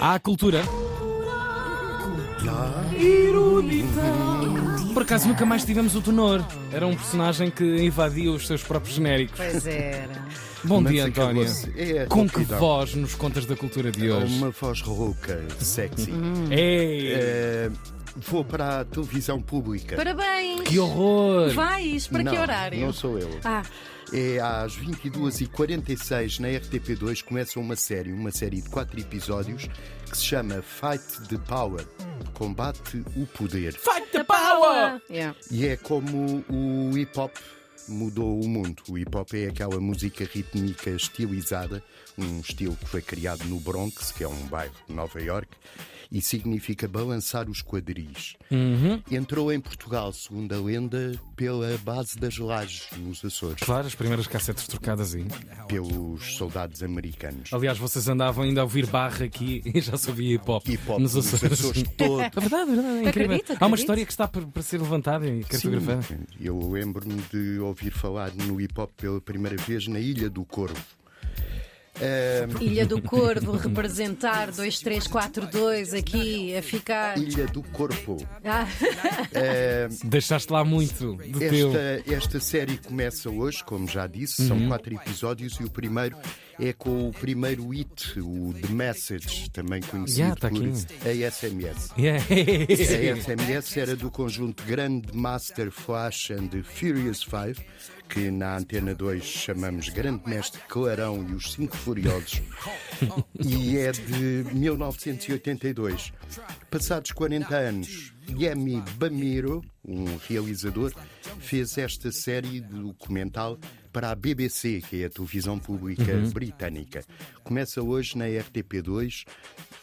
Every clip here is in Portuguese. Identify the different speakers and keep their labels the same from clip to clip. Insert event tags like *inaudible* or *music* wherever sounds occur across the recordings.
Speaker 1: Há a cultura. Por acaso nunca mais tivemos o Tenor. Era um personagem que invadia os seus próprios genéricos.
Speaker 2: Pois era.
Speaker 1: Bom
Speaker 3: Mas
Speaker 1: dia, António.
Speaker 3: acabou-se. É,
Speaker 1: Com que
Speaker 3: complicado.
Speaker 1: voz nos contas da cultura de hoje?
Speaker 3: Uma voz rouca, sexy.
Speaker 2: Hum.
Speaker 1: Ei!
Speaker 3: Eh, vou para a televisão pública.
Speaker 2: Parabéns!
Speaker 1: Que horror!
Speaker 2: Vais? Para que
Speaker 3: Não,
Speaker 2: horário?
Speaker 3: Não sou eu.
Speaker 2: Ah,
Speaker 3: É às 22h46 na RTP2 começa uma série, uma série de quatro episódios que se chama Fight the Power. Combate o poder.
Speaker 1: Fight the power!
Speaker 2: yeah.
Speaker 3: E é como o hip hop mudou o mundo. O hip hop é aquela música rítmica estilizada, um estilo que foi criado no Bronx, que é um bairro de Nova York, e significa balançar os quadris.
Speaker 1: Uhum.
Speaker 3: Entrou em Portugal, segundo a lenda, pela base das lajes nos Açores,
Speaker 1: Claro, as primeiras cassetes trocadas aí.
Speaker 3: pelos soldados americanos.
Speaker 1: Aliás, vocês andavam ainda a ouvir barra aqui *laughs* e já sabia hip hop.
Speaker 3: Hip hop
Speaker 1: nos Açores. *laughs*
Speaker 3: todo.
Speaker 1: É verdade, é verdade, é incrível.
Speaker 2: Acredito,
Speaker 1: Há uma
Speaker 2: acredito.
Speaker 1: história que está para para ser levantada e cartografada.
Speaker 3: Sim, eu lembro-me de ouvir falar no hip hop pela primeira vez na Ilha do Corvo. Ahm,
Speaker 2: Ilha do Corvo, representar 2342 aqui, a ficar.
Speaker 3: Ilha do Corpo.
Speaker 2: Ah,
Speaker 3: Eh,
Speaker 1: Deixaste lá muito do teu.
Speaker 3: esta, esta série começa hoje, como já disse,
Speaker 1: Uhum.
Speaker 3: são quatro episódios e o primeiro é com o primeiro hit, o The Message, também conhecido
Speaker 1: Yeah, tá
Speaker 3: por
Speaker 1: aqui.
Speaker 3: ASMS.
Speaker 1: Yeah. *laughs*
Speaker 3: A SMS era do conjunto Grande Master Flash and the Furious Five, que na Antena 2 chamamos Grande Mestre Clarão e os Cinco Furiosos, e é de 1982. Passados 40 anos, Yemi Bamiro, um realizador, fez esta série documental para a BBC, que é a televisão pública britânica. Começa hoje na RTP2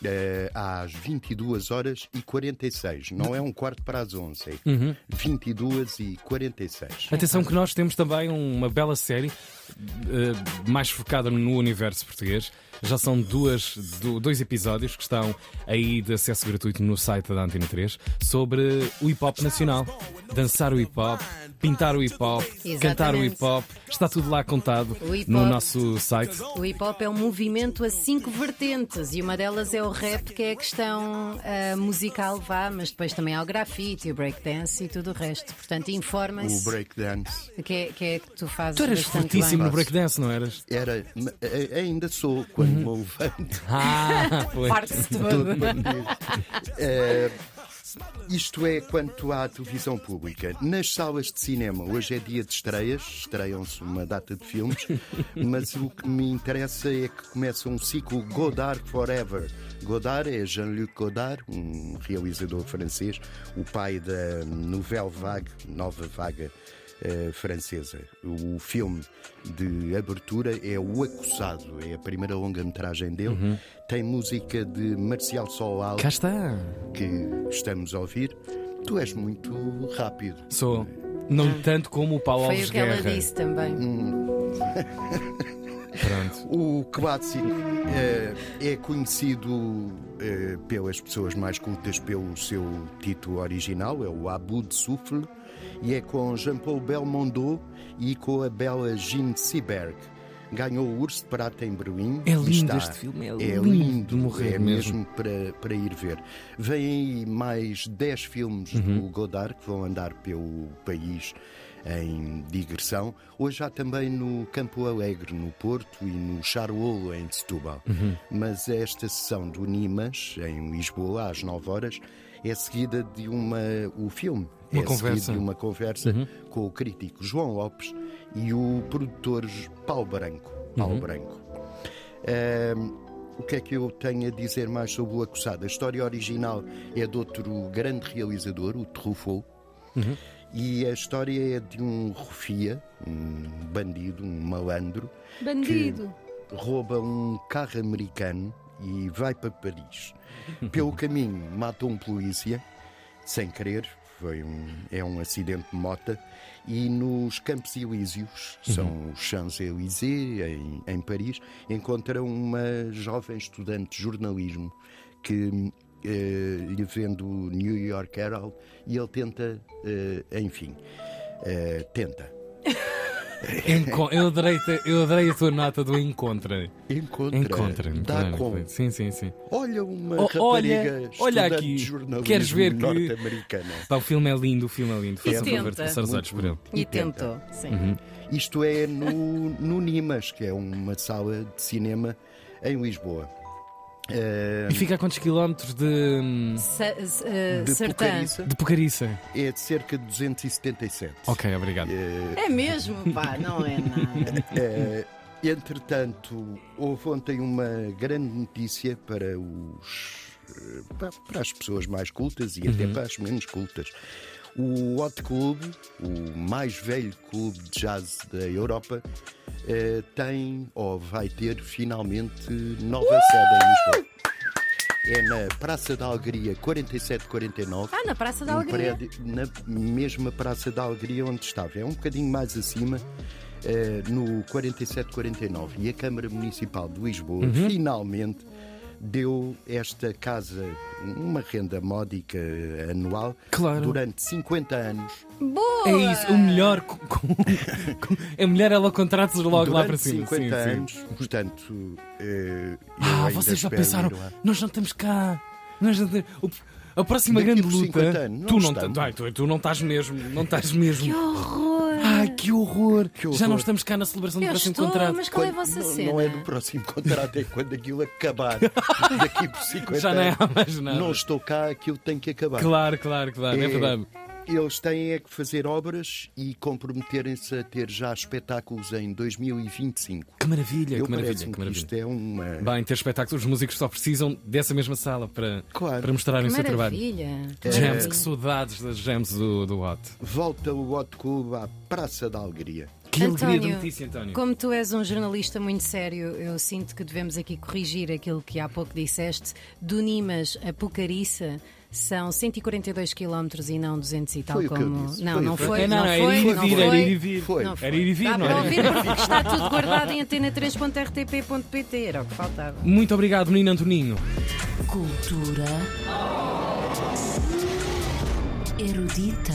Speaker 3: eh, às 22 horas e 46. Não é um quarto para as 11, é 22 e 46.
Speaker 1: Atenção que nós temos também uma bela série eh, mais focada no universo português. Já são duas, do- dois episódios que estão aí de acesso gratuito no site da Antena 3 sobre o hip hop nacional. Dançar o hip hop, pintar o hip hop,
Speaker 2: Exatamente.
Speaker 1: cantar o hip hop, está tudo lá contado
Speaker 2: O hip
Speaker 1: no
Speaker 2: hop.
Speaker 1: nosso site.
Speaker 2: o hip hop é um movimento a cinco vertentes e uma delas é o rap, que é a questão ah, musical, vá, mas depois também há o grafite, o breakdance e tudo o resto. Portanto,
Speaker 3: O
Speaker 2: informem-se.
Speaker 3: breakdance.
Speaker 2: Que é, que é que tu fazes
Speaker 1: Tu eras
Speaker 2: bastante
Speaker 1: fortíssimo
Speaker 2: bem.
Speaker 1: no breakdance, não eras?
Speaker 3: Era, ma- a- ainda sou quando me levanto.
Speaker 1: Ah, *laughs* foi.
Speaker 2: Parte-se toda.
Speaker 3: Eh, isto é quanto à televisão pública. Nas salas de cinema, hoje é dia de estreias, estreiam-se uma data de filmes, mas o que me interessa é que começa um ciclo Godard Forever. Godard é Jean-Luc Godard, um realizador francês, o pai da Nouvelle Vague, Nova Vaga eh, francesa. O filme de abertura é O Acusado, é a primeira longa-metragem dele. Tem música de Marcial Solal
Speaker 1: Cá está.
Speaker 3: que estamos a ouvir, tu és muito rápido.
Speaker 1: Sou. Não tanto como o Paulo
Speaker 2: Ah. Foi
Speaker 1: Alves
Speaker 2: o que ela
Speaker 1: Guerra.
Speaker 2: disse também.
Speaker 3: Hum,
Speaker 1: Pronto.
Speaker 3: O clássico eh, é conhecido eh, pelas pessoas mais cultas pelo seu título original, é o Abu de Souffle, e é com Jean-Paul Belmondo e com a bela Jean Seberg. Ganhou o Urso de Prata em Berlim.
Speaker 1: É
Speaker 3: e
Speaker 1: lindo
Speaker 3: está-
Speaker 1: este filme, é lindo de
Speaker 3: lindo,
Speaker 1: morrer
Speaker 3: é mesmo para, para ir ver. Vêm aí mais 10 filmes
Speaker 1: Uhum.
Speaker 3: do Godard que vão andar pelo país em digressão. Hoje há também no Campo Alegre, no Porto, e no Charolo, em Setúbal.
Speaker 1: Uhum.
Speaker 3: Mas esta sessão do Nimas, em Lisboa, às 9 horas, é seguida de uma, o filme.
Speaker 1: Uma
Speaker 3: é
Speaker 1: conversa. Uhum.
Speaker 3: seguido de uma conversa com o crítico João Lopes e o produtor Paulo Branco.
Speaker 1: Uhum.
Speaker 3: Paulo Branco. Ahm, o que é que eu tenho a dizer mais sobre o acusado? A história original é de outro grande realizador, o Truffaut, e a história é de um rufia, um bandido, um malandro,
Speaker 2: Bandido.
Speaker 3: rouba um carro americano e vai para *laughs* Paris. Pelo caminho, mata um polícia, sem querer, foi um, é um acidente de mota, e nos Campos Elíseos, são os Champs-Élysées, em, em Paris, encontra uma jovem estudante de jornalismo que eh, lhe vende o New York Herald e ele tenta, eh, enfim, eh, tenta.
Speaker 1: Enco- Eu adorei, te- eu adorei a tua nota do encontra.
Speaker 3: Encontra.
Speaker 1: Encontra-me.
Speaker 3: Dá
Speaker 1: claramente.
Speaker 3: com.
Speaker 1: Sim, sim, sim.
Speaker 3: Olha uma
Speaker 1: Oh,
Speaker 3: rapariga
Speaker 1: olha, olha
Speaker 3: estudante
Speaker 1: aqui.
Speaker 3: de jornalismo
Speaker 1: Queres ver que-
Speaker 3: norte-americana.
Speaker 1: Pá, o filme é lindo, o filme é lindo.
Speaker 2: E
Speaker 1: Faça um favor de
Speaker 2: tenta.
Speaker 1: passar os olhos por ele.
Speaker 2: E tentou, sim.
Speaker 1: Uhum.
Speaker 3: Isto é no, no Nimas, que é uma sala de cinema em Lisboa. Eh,
Speaker 1: E fica a quantos quilómetros de,
Speaker 2: Sa- s- eh,
Speaker 3: de
Speaker 2: Sertã.
Speaker 3: Pucariça
Speaker 1: de Pucariça?
Speaker 3: é de cerca de 277.
Speaker 1: Ok, obrigado.
Speaker 2: É mesmo, pá, não é nada.
Speaker 3: Eh, entretanto, houve ontem uma grande notícia para os eh, pa- para as pessoas mais cultas e até para as menos cultas. O Hot Club, o mais velho clube de jazz da Europa, eh, tem ou vai ter finalmente nova sede em Lisboa. É na Praça da Alegria 4749.
Speaker 2: Ah, na Praça da
Speaker 3: Um
Speaker 2: Alegria.
Speaker 3: prédio na mesma Praça da Alegria onde estava. É um bocadinho mais acima, eh, no 4749. E a Câmara Municipal de Lisboa
Speaker 1: Uhum.
Speaker 3: finalmente deu esta casa uma renda módica eh, anual
Speaker 1: Claro.
Speaker 3: durante 50 anos.
Speaker 2: Boa!
Speaker 1: É isso, o melhor. co- co- co- é melhor ela contratos logo lá para
Speaker 3: durante
Speaker 1: cima.
Speaker 3: 50
Speaker 1: Sim, sim.
Speaker 3: anos, portanto. eh, eu
Speaker 1: Ah,
Speaker 3: ainda
Speaker 1: vocês já
Speaker 3: espero
Speaker 1: pensaram,
Speaker 3: ir lá.
Speaker 1: nós não estamos cá. Nós não temos- o- a próxima
Speaker 3: Daqui
Speaker 1: grande
Speaker 3: por
Speaker 1: luta.
Speaker 3: 50 anos,
Speaker 1: tu,
Speaker 3: não
Speaker 1: não
Speaker 3: estamos.
Speaker 1: ta- ai, tu, tu não estás mesmo, não estás mesmo.
Speaker 2: Que horror!
Speaker 1: Ai, que horror. Já não
Speaker 3: horror.
Speaker 1: estamos cá na celebração do
Speaker 2: Eu
Speaker 1: próximo
Speaker 2: estou,
Speaker 1: contrato.
Speaker 2: mas qual é a
Speaker 3: Quando-
Speaker 2: vossa
Speaker 3: não,
Speaker 2: cena?
Speaker 3: Não é do próximo *laughs* contrato, é quando aquilo
Speaker 1: *laughs*
Speaker 3: acabar. Daqui por 50
Speaker 1: Já não é
Speaker 3: anos.
Speaker 1: mais nada.
Speaker 3: Não estou cá, aquilo tem que acabar.
Speaker 1: Claro, claro, claro, é,
Speaker 3: É.
Speaker 1: verdade.
Speaker 3: Eles têm é que fazer obras e comprometerem-se a ter já espetáculos em 2025.
Speaker 1: Que maravilha,
Speaker 3: Eu
Speaker 1: que maravilha,
Speaker 3: parece-me
Speaker 1: que
Speaker 3: que
Speaker 1: maravilha.
Speaker 3: isto é uma.
Speaker 1: Bem, ter espetáculos, os músicos só precisam dessa mesma sala para,
Speaker 3: Claro. É.
Speaker 1: para mostrarem
Speaker 2: Que
Speaker 1: o seu trabalho.
Speaker 2: maravilha! Que
Speaker 1: Jams,
Speaker 2: maravilha.
Speaker 1: que saudades das jams do, do Hot.
Speaker 3: Volta o Hot Club à Praça da Alegria.
Speaker 1: Que alegria de
Speaker 2: António,
Speaker 1: notícia, António.
Speaker 2: Como tu és um jornalista muito sério, eu sinto que devemos aqui corrigir aquilo que há pouco disseste. Do Nimas a Pucariça são 142 km e não 200 e tal
Speaker 3: Foi o que
Speaker 2: como.
Speaker 3: eu disse.
Speaker 2: Não,
Speaker 3: Foi,
Speaker 2: não
Speaker 3: foi.
Speaker 2: foi,
Speaker 1: É,
Speaker 2: não,
Speaker 1: não, era
Speaker 2: foi,
Speaker 1: ir e
Speaker 2: não
Speaker 1: vir, era ir e
Speaker 2: foi.
Speaker 1: vir.
Speaker 3: Foi.
Speaker 1: Era ir e vir,
Speaker 2: Dá
Speaker 1: não é?
Speaker 2: para
Speaker 1: era?
Speaker 2: ouvir porque está tudo guardado em antena3.rtp.pt, era o que faltava.
Speaker 1: Muito obrigado, menino Antoninho.
Speaker 4: Cultura erudita.